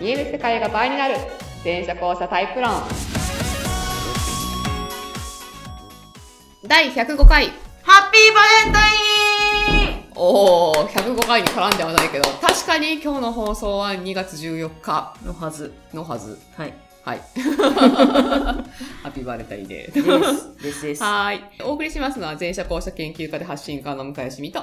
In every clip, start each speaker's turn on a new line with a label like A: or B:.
A: 見える世界が倍になる全車交差タイプ論第105回
B: ハッピーバレンタイン
A: おお105回に絡んではないけど確かに今日の放送は2月14日
B: のはず。
A: のはず
B: はい。
A: はい ハッピーバレンタインデ
B: で
A: ー
B: す。ですです。 は
A: はいお送りしますのは全社交差研究家で発信家の向井しみと
B: い。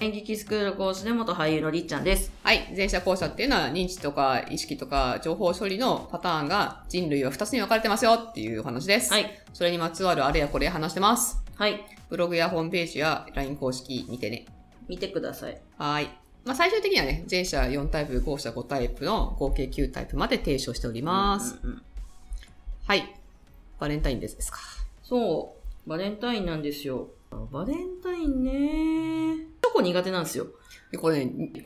B: 演劇スクール講師で元俳優のりっちゃんです。
A: はい。前者後者っていうのは認知とか意識とか情報処理のパターンが人類は2つに分かれてますよっていうお話です。。
B: はいい。
A: それにまつわるあれやこれや話してます。
B: はい。
A: ブログやホームページや LINE 公式見てね。
B: 見てください。
A: はーい。まあ最終的にはね、前者4タイプ、後者5タイプの合計9タイプまで提唱しております。
B: うんうんうん
A: はい。バレンタインデーですか。
B: そう。バレンタインなんですよ。バレンタインね。チョコ苦手なんですよ。
A: でこれね、こ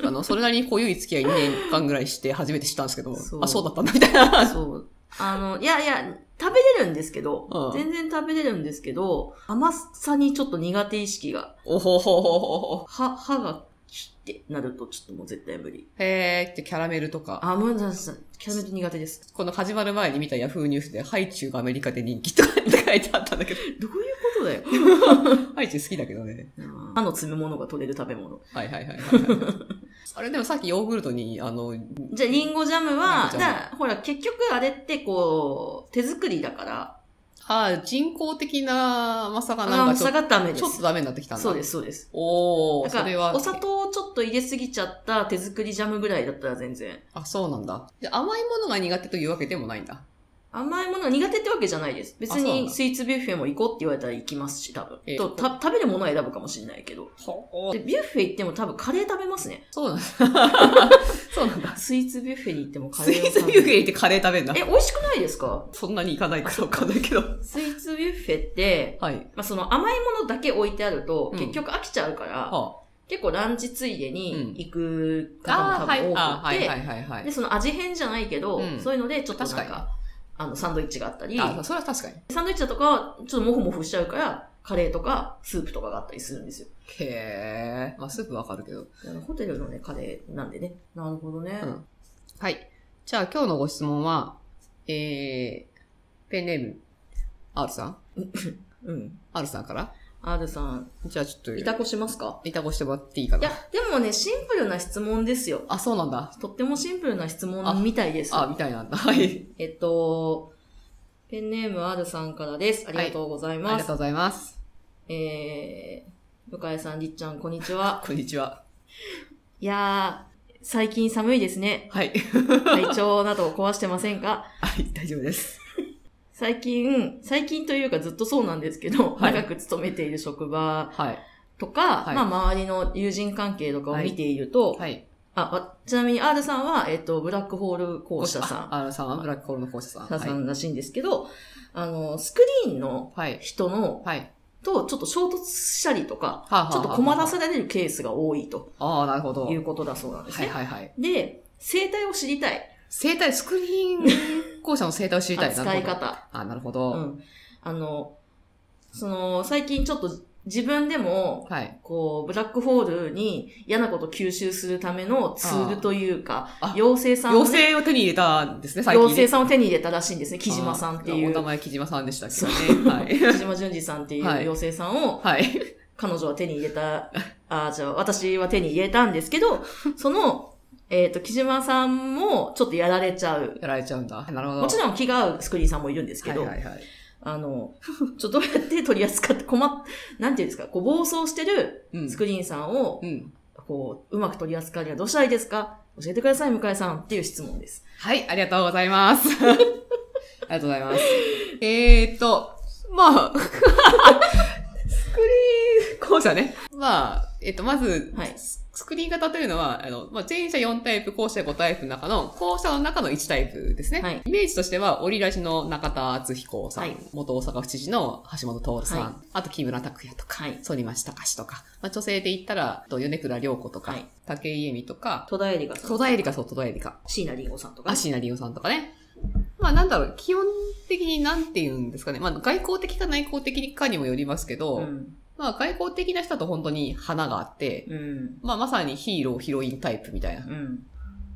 A: う、 あの、それなりにこういう付き合い2年間ぐらいして初めて知ったんですけど、
B: そう
A: あ、そうだったんだみたいな。
B: そう。あの、いやいや、食べれるんですけど、
A: うん
B: 全然食べれるんですけど、甘さにちょっと苦手意識が、
A: おほほほほほ。
B: 歯、歯がキュッてなるとちょっともう絶対無理。
A: へーってキャラメルとか。
B: あ、もう、なんすキャラメル苦手です。
A: この始まる前に見たヤフーニュースで、ハイチュウがアメリカで人気とかって書いてあったんだけど、
B: どういうことだよ。
A: ハイチュウ好きだけどね。
B: 歯の詰め物が取れる食べ物。
A: はいはいはいはいはい、あれでもさっきヨーグルトに、あの、
B: じゃあ、リンゴジャムは、
A: リンゴジャム
B: だからほら、結局あれってこう、手作りだから、
A: あー人工的な甘さがなん
B: 甘
A: かちょ
B: さがダメで
A: ちょっ
B: す
A: と。ダメになってきたんだ。
B: そうです、そうです。
A: お
B: だ
A: ー、
B: か
A: それは
B: ら、お。砂糖をちょっと入れすぎちゃった手作りジャムぐらいだったら全然。
A: あ、そうなんだ。じゃあ甘いものが苦手というわけでもないんだ。
B: 甘いものが苦手ってわけじゃないです。別
A: あそうなん
B: に
A: だ
B: スイーツビュッフェも行こうって言われたら行きますし、多分。
A: ええ
B: とた食べるものは選ぶかもしれないけど。
A: ほ
B: で、ビュッフェ行っても多分カレー食べますね。
A: そうなん だ。そうなんだ。
B: スイーツビュッフェに行ってもカ
A: ス
B: レ
A: イ
B: ー
A: ー
B: を
A: ツ
B: 食べ
A: ビュッフェ行ってカレー食べんだ。
B: え、美味しくないですか
A: そんなに行かないからわかんないけど。
B: スイーツビュッフェって、
A: はい。
B: まあ、その甘いものだけ置いてあると、
A: うん
B: 結局飽きちゃうから、
A: は
B: 結構ランチついで
A: うん
B: に行く
A: あ、あー
B: 方も多
A: はい、
B: 分
A: あー
B: 多く
A: はい
B: て、
A: はいはいはい
B: で、。その味変じゃないけど、
A: うん
B: そういうので、ちょっとなんか、
A: 確かに
B: あの、サンドイッチがあったり、
A: あ、それは確かに。
B: サンドイッチだとかは、ちょっとモフモフしちゃうから、カレーとか、スープとかがあったりするんですよ。
A: へえ。まあ、すぐわかるけど。
B: あのホテルのね、カレーなんでね。なるほどね。
A: うんはい。じゃあ、今日のご質問は、えー、ペンネーム、R さん
B: うん。
A: ?R さんから
B: R さん、
A: じゃあ、ちょっと、
B: い
A: い
B: た
A: た
B: こしますか
A: こしてもらっていいか
B: い
A: な
B: や、でもね、シンプルな質問ですよ。
A: あ、そうなんだ。
B: とってもシンプルな質問みたいです。
A: あ、みたいなんだ。はい。
B: えっと、ペンネーム R さんからです。ありがとうござい
A: ありが
B: ま
A: とう
B: す。
A: ございます。
B: えー、向井さん、りっちゃん、こんにちは。
A: こんにちは。
B: いやー、最近寒いですね。
A: はい。
B: 体調などを壊してませんか
A: はい、大丈夫です。
B: 最近、最近というかずっとそうなんですけど、
A: はい
B: 長く勤めている職場
A: はい。
B: とか、
A: はい
B: まあ周りの友人関係とかを見ていると、
A: はい。
B: あわちなみに R さんは、えっと、ブラックホール校舎さん、
A: R さんはブラックホールの校舎さん。
B: さ
A: は
B: さ
A: い。
B: んらしいんですけど、あの、スクリーンの
A: はい。
B: 人の、
A: はい。は
B: とちょっと衝突したりとか、
A: あはあはあ
B: ちょっと困らせられるケースが多いと
A: ああ、なるほど。
B: いうことだそうなんです
A: はい
B: ね。
A: はいはい。
B: で、生態を知りたい。
A: 生態、スクリーン校舎の生態を知り たい。
B: 扱い
A: なるほど。
B: 方。
A: あ、なるほ
B: う
A: ど。
B: ん。あの、その、最近ちょっと自分でも、
A: はい。
B: こう、ブラックホールに嫌なことを吸収するためのツールというか
A: ああ、
B: 妖精さんを、
A: 妖精を手に入れたんですね、最近。
B: 妖精さんを手に入れたらしいんですね。木島さんってい
A: あお
B: う
A: 名、前木島さんでしたっけね。はい。
B: 木島淳二さんっていう
A: はい
B: 妖精さんを
A: はい。
B: 彼女は手に入れた、あ、じゃあ私は手に入れたんですけど、その、えっ、と、木島さんもちょっとやられちゃう。
A: やられちゃうんだ。なるほど。
B: もち
A: ん
B: ろん気が合うスクリーンさんもいるんですけど、
A: はいはいはい。
B: あの、ちょっとどうやって取り扱って困っ、なんていうんですか、こう暴走してる
A: うん
B: ス。クリーンさんを
A: うん。
B: こう、うまく取り扱うにはどうしたらいいですか教えてください、向井さんっていう質問です。
A: はい、ありがとうござい ます。ありがとうございます。えーっと、まあ、スクリーン校舎ね。まあ、えっと、まず、
B: はい
A: ススクリーン型というのは、あの、まあ、前者4タイプ、後者5タイプの中の、後者の中の1タイプですね。
B: はい
A: イメージとしては、オリラジの中田敦彦さん、
B: はい
A: 元大阪府知事の橋本徹さん、
B: はい
A: あと木村拓哉とか、
B: はい
A: 反町隆史とか、まあ、女性で言ったら、あと米倉涼子とか、
B: はい
A: 竹井絵美とか、
B: 戸田恵梨香さ
A: 戸
B: ん。
A: 田恵梨香、そう、戸田恵梨香。
B: 椎名林檎さんとか
A: ア
B: ね。
A: シナリオさんとかね。まあなんだろう、基本的になんて言うんですかね。まあ外交的か内交的かにもよりますけど、
B: うん。
A: まあ外交的な人だと本当に花があって、
B: うん。
A: まあまさにヒーロー、ヒロインタイプみたいな
B: うん。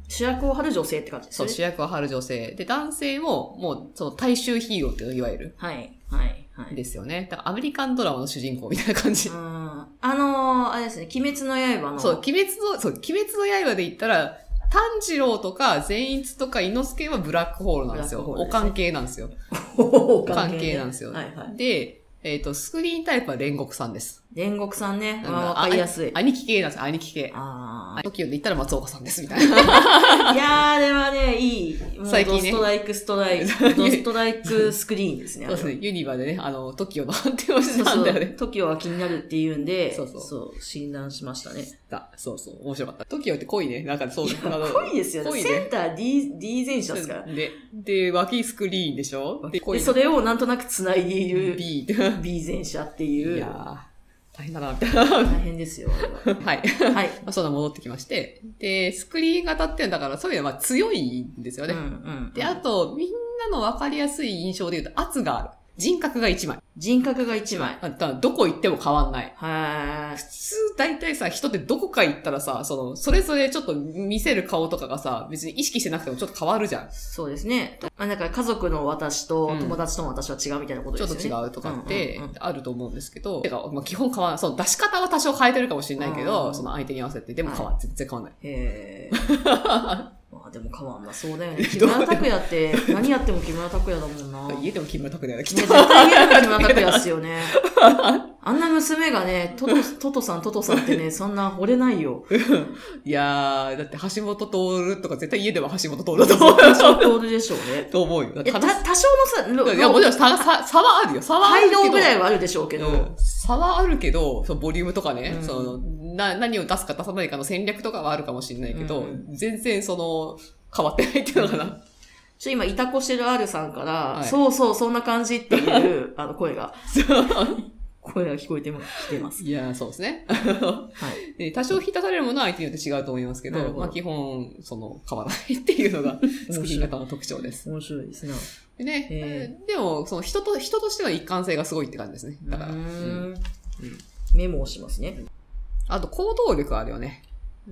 B: 主役を張る女性って感じです
A: そう、
B: ね。
A: 主役を張る女性。で、男性も、もう、その、大衆ヒーローっていうの、いわゆる。
B: はい、はい、はい。
A: ですよね。だからアメリカンドラマの主人公みたいな感じ
B: う。んあのー、あれですね、鬼滅の刃の。
A: そう、鬼滅の、そう、鬼滅の刃で言ったら、炭治郎とか善逸とか伊之助はブラックホールなんですよ。
B: ブラックホール
A: お
B: ですね
A: 関係なんですよ。
B: う、
A: 関係なんですよ。
B: はい、はい。
A: で、えっ、と、スクリーンタイプは煉獄さんです。
B: 煉獄さんね。
A: なん
B: まあわかりやすい。
A: 兄貴系なんですよ、兄貴系。
B: あ
A: トキオで言ったら松岡さんです、みたいな。
B: あ。いやー、あれはね、いい。もう
A: 最近ね
B: ドストライク、ストライク、ドストライクスクリーンです ね。
A: そうですね。ユニバでね、あの、トキオの判定をしたんだよね。
B: トキオは気になるって言うんで、
A: そうそう
B: 診断しましたね。
A: だそうそう、面白かった。トキオって濃いね。なんかそう、あの
B: 濃いですよね。
A: 濃いね
B: センター D、D 前者ですから。
A: で、で、脇スクリーンでしょで、濃
B: で、
A: い
B: それをなんとなく繋いでいる
A: B って。い
B: B 前者っていう。
A: やー大
B: 大、
A: 変だな、みたいな。
B: 変ですよ、あれは
A: はい。
B: はい。
A: まあ、そんな戻ってきまして。で、スクリーン型っていうのはだから、そういうのはまあ強いんですよ
B: うん
A: ね。
B: うん
A: で、あと、みんなのわかりやすい印象で言うと、圧がある。人格が1枚。
B: 人格が1枚。
A: あだからどこ行っても変わんない。
B: は
A: 普通、大体さ、人ってどこか行ったらさ、その、それぞれちょっと見せる顔とかがさ、別に意識してなくてもちょっと変わるじゃん。
B: い。そうですね。まあ、なんか家族の私と
A: うん
B: 友達との私は違うみたいなこと
A: ち
B: で
A: ょっ
B: す
A: と
B: よね。
A: 違うとかって
B: うんうんうん
A: あると思うんですけど、てか、まあ、基本変わらない。その出し方は多少変えてるかもしれないけ
B: うんう
A: ど、
B: ん
A: その相手に合わせて、でも変わ、
B: は
A: 全然変わんない。
B: へえ。 まあでも変わんなそうだよね。木
A: どうだよ
B: 村拓哉って、何やっても木村拓哉だもん な。ね
A: 家でも木村拓哉だよね、きっ
B: 絶
A: と。
B: 対嫌な木村拓哉っすよね。あんな娘がね、トト、トトさん、トトさん ってね、そんな惚れないよ。
A: いやー、だって橋本徹とか絶対家では橋本 徹だと思う。
B: 多少通るでしょうね。
A: と思うよ。だっ
B: い
A: て
B: や、た
A: 話
B: 多少の
A: い
B: さ、
A: やいや、もちろん差、差、差はあるよ。差はある
B: 配
A: けど。
B: 慮ぐらいはあるでしょうけど。
A: うん差はあるけど、そのボリュームとかね、
B: うん
A: そのな、何を出すか出さないかの戦略とかはあるかもしれないけど、
B: うん
A: 全然その、変わってないっていうのかな。
B: ちょ、今、いたこしてる R さんから、
A: い
B: そうそう、そんな感じっていう、 あの、声が、声が聞こえても、来てます。
A: いやー、そうですね。
B: はい。
A: で多少引き出されるものは相手によって違うと思いますけ
B: なる
A: ど、
B: ほど
A: まあ基本、その、変わらないっていうの が、作り方の特徴です。
B: 面白いですね。
A: で
B: へ
A: ね、でも、その人と、人としての一貫性がすごいって感じですね。だから。
B: うー
A: うん
B: ん。メモをしますね。
A: あと、行動力あるよね。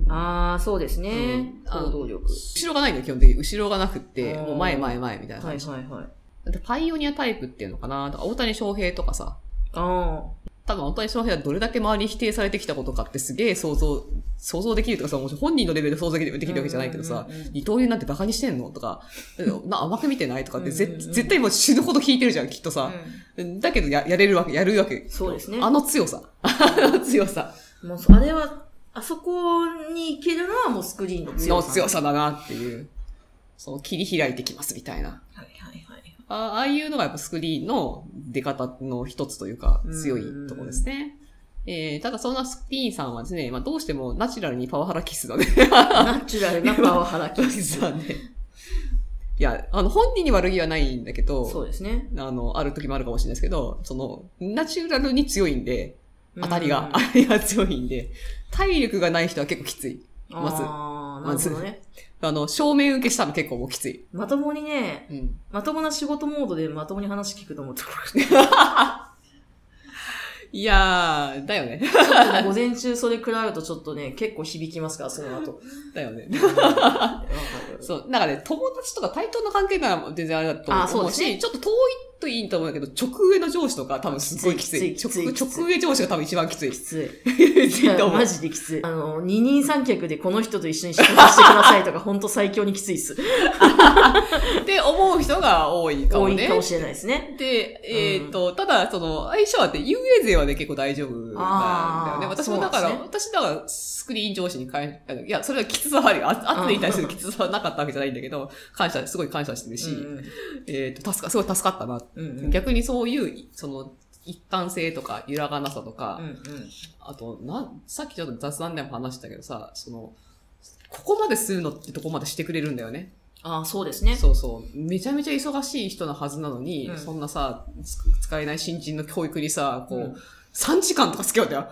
B: ああ、そうですね。
A: うんあ
B: 行動力。
A: 後ろがないのよ、基本的に。後ろがなくって、
B: うん
A: もう前前前みたいな
B: は
A: 感
B: い
A: じ。
B: はいはい。
A: だってパイオニアタイプっていうのかなだから大谷翔平とかさ、
B: あ
A: 多分大谷翔平はどれだけ周りに否定されてきたことかってすげえ想像、想像できるとかさ、もちろん本人のレベルで想像できるできるわけじゃないけどさ
B: うんうんうんうん、
A: 二刀流なんてバカにしてんのとか、な甘く見てないとかってぜ、
B: うんうんうん
A: 絶対もう死ぬほど聞いてるじゃん、きっと
B: あ
A: さ。。だけどや、やれるわけ、やるわけ。
B: そうですね
A: あの強 さ。あの強さ
B: もう、あれは、あそこに行けるのはもうスクリーンの強
A: の
B: さ。
A: 強。さだなっていう。そう、切り開いてきますみたいな。
B: はいはいはい。
A: あああいうのがやっぱスクリーンの出方の一つというか
B: うん、
A: 強いところですね。えー、ただそんなスクリーンさんはですね、まあどうしてもナチュラルにパワハラキスだ ね。
B: ナチュラ ルなパワハラキ
A: キスだね。いや、あの、本人に悪気はないんだけ
B: そう
A: ど、
B: ですね。
A: あの、ある時もあるかもしれないですけど、その、ナチュラルに強いんで、当たり
B: うん
A: が、 当たりが強いんで、体力がない人は結構きつい。まず
B: ああ、なるほどね。
A: あの、正面受けしたの結構もうきつい。
B: まともにね、
A: うん。
B: まともな仕事モードでまともに話聞くと思ってこ
A: いやー、だよね。
B: れちょっとね午前中それ食らうとちょっとね、結構響きますから、そ の後。
A: だよね。
B: あ
A: そう、なんかね、友達とか対等な関係なら全然あれだと
B: あそう
A: 思
B: で
A: う
B: す
A: し、
B: ね
A: ちょっと遠いといいと思うんだけど、直上の上司とか多分すっごいきつい。
B: きついきつい
A: 直
B: きつい
A: 直上上司が多分一番きつい。
B: き
A: き
B: つ
A: つ
B: い。い
A: い
B: や
A: と、思う
B: マ。ジできつい。あの、二人三脚でこの人と一緒に仕事してくださいとか、ほんと最強にきついっす。
A: って思う人が多いかも
B: 多い
A: ね
B: か。もしれないですね。
A: で、えっ、と、ただ、その、相性はって、遊泳勢はね、結構大丈夫なんだよね。
B: あー
A: 私もだから、
B: そうなん
A: 私だから、スクリーン上司に関いや、それはきつさはあるよ。あ後でに対するきつさはなかったわけじゃないんだけど、感謝、すごい感謝してるし、
B: うん
A: えっ、と、助か、すごい助かったな
B: うんうんうん
A: 逆にそういう、その、一貫性とか、揺らがなさとか、
B: うんうん
A: あと、なん、さっきちょっと雑談でも話したけどさ、その、ここまでするのってとこまでしてくれるんだよね。
B: ああ、そうですね。
A: そうそう。めちゃめちゃ忙しい人のはずなのに、
B: うん
A: そんなさ、つ使えない新人の教育にさ、こう、
B: うん
A: 3時間とか好きなんだよ。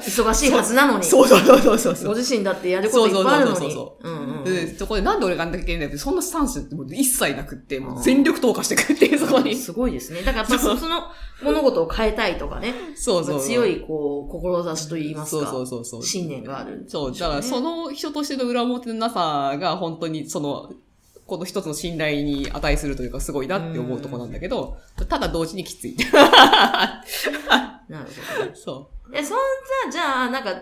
B: 忙しいはずなのに。
A: そうそうそうそうそう。
B: ご自身だってやることいっぱいあるの
A: そう
B: に。
A: そう
B: うんうんうん
A: で、そこでなんで俺があんだけいけないんだって、そんなスタンスってもう一切なくって、もう全力投下してくっていう、そ こに。
B: すごいですね。だから、 まあ、そその物事を変えたいとかね。
A: そうそうそう。
B: 強い、こう、志と言いますか。
A: そうそうそうそう。
B: 信念がある。
A: そう、だからその人としての裏表のなさが本当にその、この一つの信頼に値するというかすごいなって思うとこなんだけど、ただ同時にきつい。
B: なるほどね。
A: そ
B: え、そんな、じゃあ、なんか、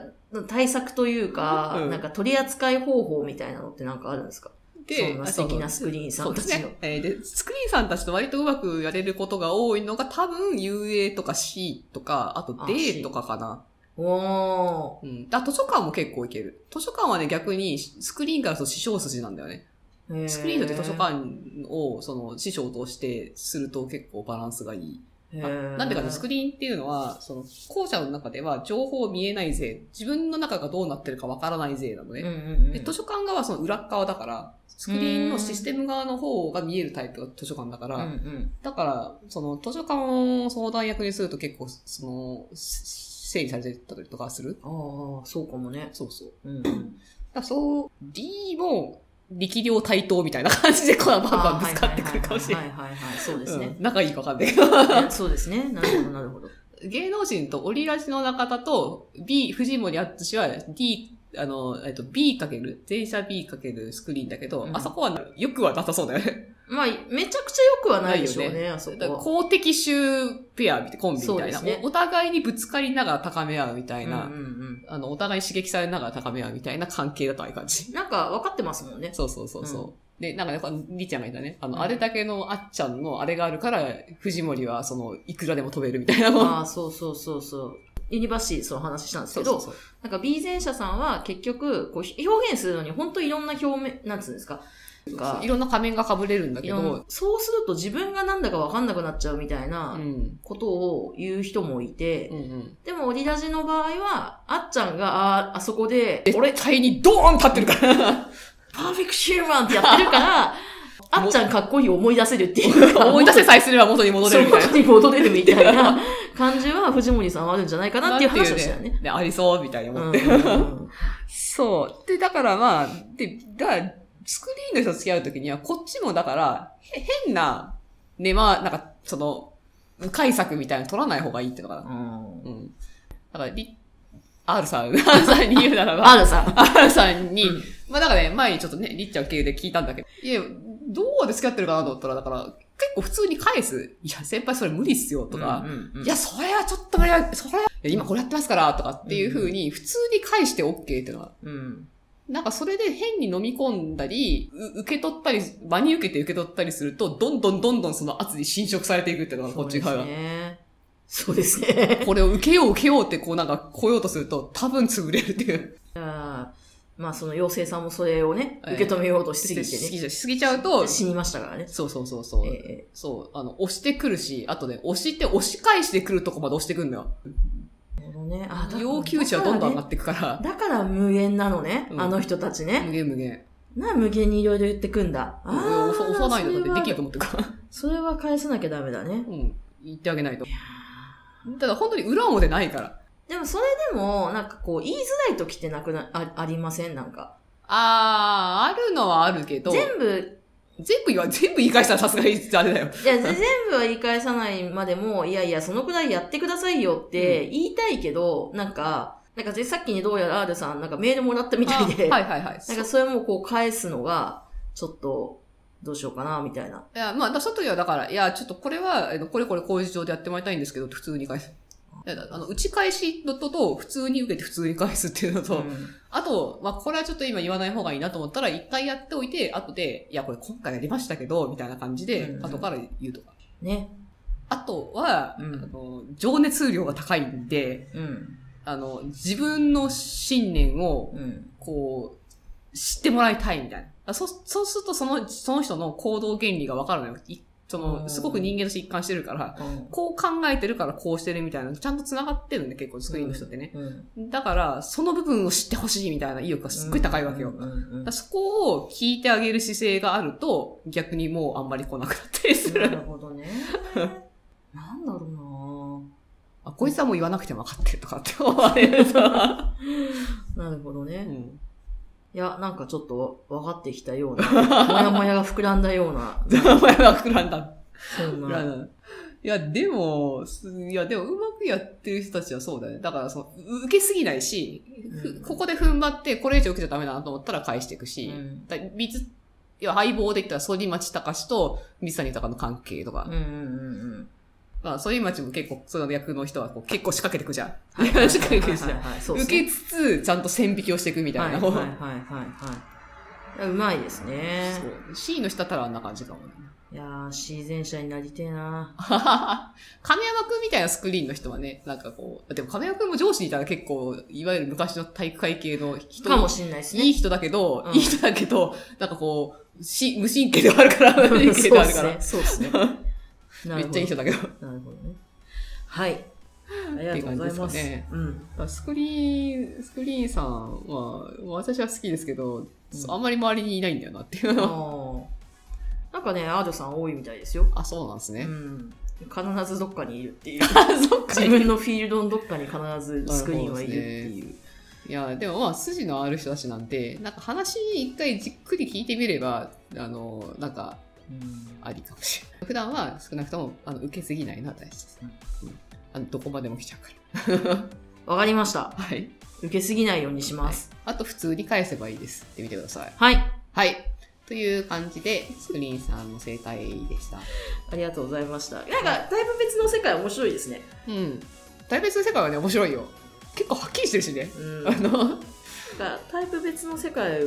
B: 対策というか、
A: うん
B: なんか取り扱い方法みたいなのってなんかあるんですか
A: う。
B: そんな素敵なスクリーンさ
A: そ
B: ん
A: う
B: た
A: です
B: ちの。
A: ね。えーで、スクリーンさんたちと割とうまくやれることが多いのが多分 UA とか C とか、あと
B: あ
A: D
B: C
A: とかかな。
B: お
A: うん。あ、図書館も結構いける。図書館はね、逆にスクリーンからすると師匠筋なんだよね。
B: ー。
A: スクリーンだって図書館をその師匠としてすると結構バランスがいい。
B: へ
A: あ
B: ー。
A: なんでかね、スクリーンっていうのは、その、校舎の中では情報見えない税、自分の中がどうなってるかわからない税なのね。
B: うんうんうん
A: で図書館側はその裏っ側だから、スクリーンのシステム側の方が見えるタイプが図書館だから、
B: うんうん
A: だから、その図書館を相談役にすると結構、その、整理されてたりとかする
B: ああ、そうかもね。
A: そうそう。
B: うんうん。
A: だからそう、D も力量対等みたいな感じで、こ のバンバンぶつかってくるかもしれない。
B: あーはいはいはいはいはいはい、そうですね
A: う。ん仲いいかわかんないけど。
B: ね そうですね。なるほど、なるほど。
A: 芸能人とオリラジの中田と B、藤森淳は D、あの、えっと、B かける、全社 B かけるスクリーンだけど、
B: うん
A: あそこはよくはなさそうだよ ね。
B: まあ、めちゃくちゃ良くはないでしょう
A: ない
B: ね、あそ
A: だから
B: こは。
A: 公的衆ペアみたいな、コンビみたいな、
B: そうですね
A: お。お互いにぶつかりながら高め合うみたいな、
B: うんうんうん
A: あの、お互い刺激されながら高め合うみたいな関係だとああいう感 じ。
B: なんか分かってますもんね。
A: そうそうそうそう。
B: う
A: で、なんかね、このりちゃんがいたね。あの、
B: うん
A: あれだけのあっちゃんのあれがあるから、藤森はその、いくらでも飛べるみたいなもん。
B: ああ、そうそうそうそう。ユニバーシー、その話したんです
A: そ
B: け
A: うそう
B: ど、
A: そう。
B: なんか B 前者さんは結局、こう表現するのに本当いろんな表面、なんつうんですか。が
A: いろんな仮面が被れるんだけ
B: いろん
A: ど、。
B: そうすると自分がなんだか分かんなくなっちゃうみたいうなんことを言う人もいて、
A: うんうん。
B: でもオリラジの場合は、あっちゃんが、あーあそこで、
A: 俺、対にドーン立ってるから、
B: パーフェクトヒューマンってやってるから、あっちゃんかっこいい思い出せるっていう か
A: 思い出せさえすれば元に戻れるみたい
B: そこに戻れるみたいな感じは藤森さんはあるんじゃないか
A: な。
B: なっていう話をしたよね。。
A: ね、ありそう、みたいに
B: う
A: 思っ
B: ん
A: て。そう。で、だからまあ、で、だから、スクリーンの人と付き合うときには、こっちもだから、へ変な、ね、まあ、なんか、その、無解策みたいなの取らない方がいいってのかな。
B: うん
A: うん。だから、り、R さん、R さんに言うなら ば、
B: あるさ。
A: R さんに、
B: うん
A: まあだからね、前にちょっとね、りっちゃん経由で聞いたんだけど、いや、どうで付き合ってるかなと思ったら、だから、結構普通に返す。いや、先輩それ無理っすよ、とか、
B: うんうん
A: いや、それはちょっと無理だそれは、いや今これやってますから、とかっていう風に、普通に返して OK っていうのは、
B: うん
A: なんかそれで変に飲み込んだり、う受け取ったり、真に受けて受け取ったりすると、どんどんどんどんその圧に侵食されていくっていうのが、こっち側
B: そ
A: が
B: うです。ね。そうですね。
A: これを受けよう受けようってこうなんか来ようとすると、多分潰れるっていう。
B: じゃあまあその妖精さんもそれをね、
A: ええ
B: 受け止めようとしすぎ
A: し
B: てね。
A: すぎちゃうと、
B: 死にましたからね。
A: そうそうそうそう。
B: ええ
A: そう、あの、押してくるし、あとね、押して、押し返してくるとこまで押してくるんだよ。
B: なるほどね。あだ
A: 要求値はどんどん上が
B: だか
A: っていくから
B: ら、ねだから無限なのね。
A: うん
B: あの人たち
A: 無
B: ね。
A: 限無限。
B: な、無限にいろいろ言ってくんだ。あー
A: 押さ押さないのだってできると思ってるから。
B: それは返さなきゃダメだね。
A: うん。言ってあげないと。ただ本当に裏表ないから。
B: でもそれでも、なんかこう、言いづらい時ってなくな、あありませんなんか。
A: あー、あるのはあるけど、
B: 全部、
A: 全部言わ、全部言い返したらさすがにあれだよ。
B: いや、全部は言い返さないまでも、いやいや、そのくらいやってくださいよって言いたいけど、なんか、なんかぜさっきにどうやら R さん、なんかメールもら ったみたいで、
A: あはいはいはい。
B: なん
A: い
B: かそれもこう返すのが、ちょっと、どうしようかな、みたいな。
A: や、まあ、だ外にはだから、いや、ちょっとこれは、あのこれこれこういう事情でやってもらいたいんですけど、普通に返す。いやだあの、打ち返しのとと、普通に受けて普通に返すっていうのと、
B: ん
A: あと、まあ、これはちょっと今言わない方がいいなと思ったら、一回やっておいて、後で、いや、これ今回やりましたけど、みたいな感じで
B: う、ん
A: 後から言うとか。
B: ね。
A: あとは、
B: うん
A: あの、情熱量が高いんで、
B: うん。
A: あの、自分の信念を、
B: うん。
A: こう、知ってもらいたいみたいな。あそう、そうするとその、その人の行動原理がわかるのよ。いそ
B: あ
A: の、
B: ー
A: すごく人間として一貫してるから、こう考えてるからこうしてるみたいな、ちゃんと繋がってるんで、結構スクリーンの人ってね。
B: うん。
A: だから、その部分を知ってほしいみたいな意欲がすっごい高いわけよ。
B: うんうんうん
A: だからそこを聞いてあげる姿勢があると、逆にもうあんまり来なくなったりす
B: な
A: る。
B: るほどね。なんだろうな
A: あ、こいつはもう言わなくても分かってるとかって思われるさ。
B: なるほどね。
A: うん
B: いや、なんかちょっとわ分かってきたような、もやもやが膨らんだよう な、
A: 名前は膨らんだ。
B: そん
A: 膨ら
B: な。
A: んだ。いや、でも、すいや、でも、うまくやってる人たちはそうだよね。だから、その、う受けすぎないし、ふ
B: うん
A: ここで踏ん張って、これ以上受けちゃダメだなと思ったら返していくし、
B: うん
A: だ水、いや、相棒で言ったら、ソリマチタカシと水谷豊の関係とか
B: うん、うんうんうん。
A: まあ、ソリマチも結構、その役の人はこう結構仕掛けてくじゃん。
B: はいはいは い
A: 仕掛けてくじゃん。
B: はい はいそうですね
A: 受けつつ、ちゃんと線引きをしていくみたいな。
B: は いはいはいはいはい。うまいですね。
A: そう。C のしたたらあんな感じかもね。
B: いやー、自然者になりてえな。
A: 亀山くんみたいなスクリーンの人はね、なんかこう、でも亀山くんも上司にいたら結構、いわゆる昔の体育会系の人。
B: かもしんないですね。
A: いい人だけど、
B: うん
A: いい人だけど、なんかこう、し、無神経ではあるから、無神経ではあるから。
B: そうですね。な
A: め
B: る
A: っち
B: ほ
A: ゃ
B: ど
A: いい人だけど。だか
B: なるほどね。はい。ありがとうございます。
A: っていう
B: うん。
A: らスクリーン、スクリーンさんは、私は好きですけど、
B: うん
A: あんまり周りにいないんだよなっていう
B: あ
A: のは。
B: ーなんかね、アードさん多いみたいですよ。
A: あ、そうなんです
B: う
A: ね。
B: ん。必ずどっかにいるっていう。
A: あ、 そっか。
B: 自分のフィールドのどっかに必ずスクリーンはいるっていう。
A: いや、でもまあ、筋のある人たちなんて、なんか話一回じっくり聞いてみれば、あの、なんか、
B: うん
A: ありかもしれない。普段は少なくとも、あの、受けすぎないのは大事です。うんあの、どこまでも来ちゃうか
B: わかりました。
A: ら。はい。
B: 受けすぎないようにします。
A: あと、普通に返せばいいです。ってみてください。
B: はい。
A: はい。という感じで、スクリーンさんの正解でした。
B: ありがとうございました。なんか、だいぶ別の世界面白いですね。
A: うん。大別の世界はね、面白いよ。結構はっきりしてるしね。
B: うん。
A: あ
B: なんか、
A: の、
B: タイプ別の世界、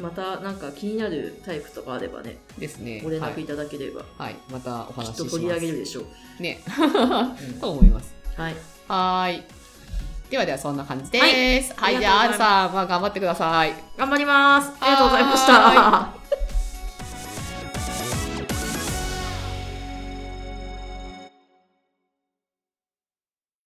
B: またなんか気になるタイプとかあればね、
A: ですね。
B: ご連
A: は
B: 絡い
A: い。
B: ただければ、
A: はい。またお
B: き
A: 話
B: っ
A: しし
B: と
A: ます。
B: 取り上げるでしょう。
A: ね。
B: うん
A: と思います。
B: はい。
A: はーい。ではではそんな感じです。は、
B: はいい
A: じゃあ、
B: あ
A: アル
B: りがとうございます
A: さん、まあ、頑張ってください。
B: 頑張ります。ありがとうございまし
A: はーい
B: た。